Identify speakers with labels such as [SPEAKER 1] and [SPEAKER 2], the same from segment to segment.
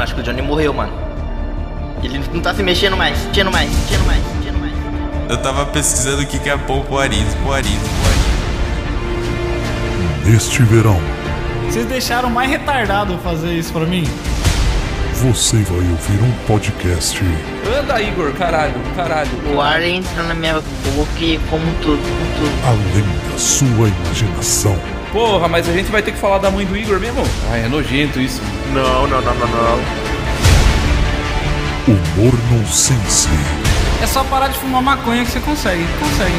[SPEAKER 1] acho que o Johnny morreu, mano. Ele não tá se mexendo mais, mexendo mais, mexendo mais, mexendo mais.
[SPEAKER 2] Eu tava pesquisando o que que é pompoarismo, poarismo, poarismo.
[SPEAKER 3] Neste verão,
[SPEAKER 4] Vocês deixaram mais retardado fazer isso pra mim?
[SPEAKER 3] você vai ouvir um podcast
[SPEAKER 5] Anda, Igor, caralho, caralho.
[SPEAKER 1] O ar entra na minha boca e como tudo, como tudo.
[SPEAKER 3] além da sua imaginação.
[SPEAKER 5] Porra, mas a gente vai ter que falar da mãe do Igor mesmo? Ai, é nojento isso.
[SPEAKER 2] Não, não, não, não, não.
[SPEAKER 3] Humor nonsense,
[SPEAKER 4] É só parar de fumar maconha que você consegue. Consegue.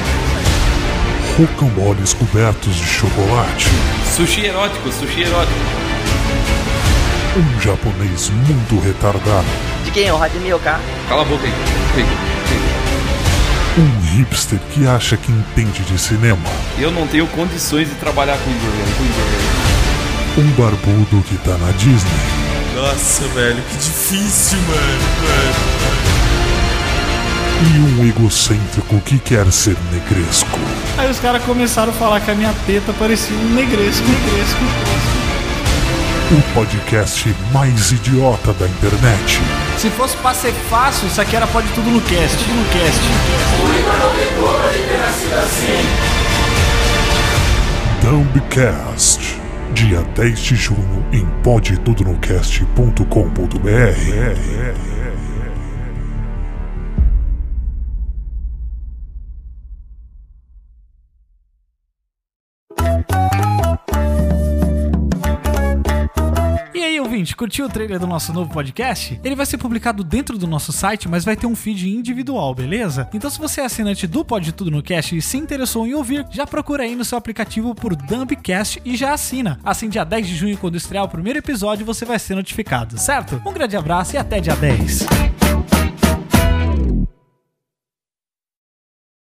[SPEAKER 3] rocamboles cobertos de chocolate,
[SPEAKER 5] Sushi erótico, sushi erótico.
[SPEAKER 3] um japonês muito retardado,
[SPEAKER 1] De quem? O Rod Miyoka.
[SPEAKER 5] Cala a boca, Igor. Igor.
[SPEAKER 3] um hipster que acha que entende de cinema,
[SPEAKER 5] Igor. Eu não tenho condições de trabalhar com o Igor, velho. Com o Igor, velho.
[SPEAKER 3] um barbudo que tá na Disney,
[SPEAKER 2] Nossa, velho, que difícil, mano.
[SPEAKER 3] e um egocêntrico que quer ser negresco.
[SPEAKER 4] Aí os caras começaram a falar que a minha teta parecia um negresco, negresco, negresco.
[SPEAKER 3] O podcast mais idiota da internet.
[SPEAKER 4] Se fosse pra ser fácil, isso aqui era pode tudo no cast. Tudo no cast.
[SPEAKER 3] Dumbcast. Dia 10 de junho em podtudonocast.com.br.
[SPEAKER 4] E aí, ouvinte, curtiu o trailer do nosso novo podcast? Ele vai ser publicado dentro do nosso site, mas vai ter um feed individual, beleza? Então, se você é assinante do Pode Tudo no Cast e se interessou em ouvir, já procura aí no seu aplicativo por Dumpcast e já assina. Assim, dia 10 de junho, quando estrear o primeiro episódio, você vai ser notificado, certo? Um grande abraço e até dia 10.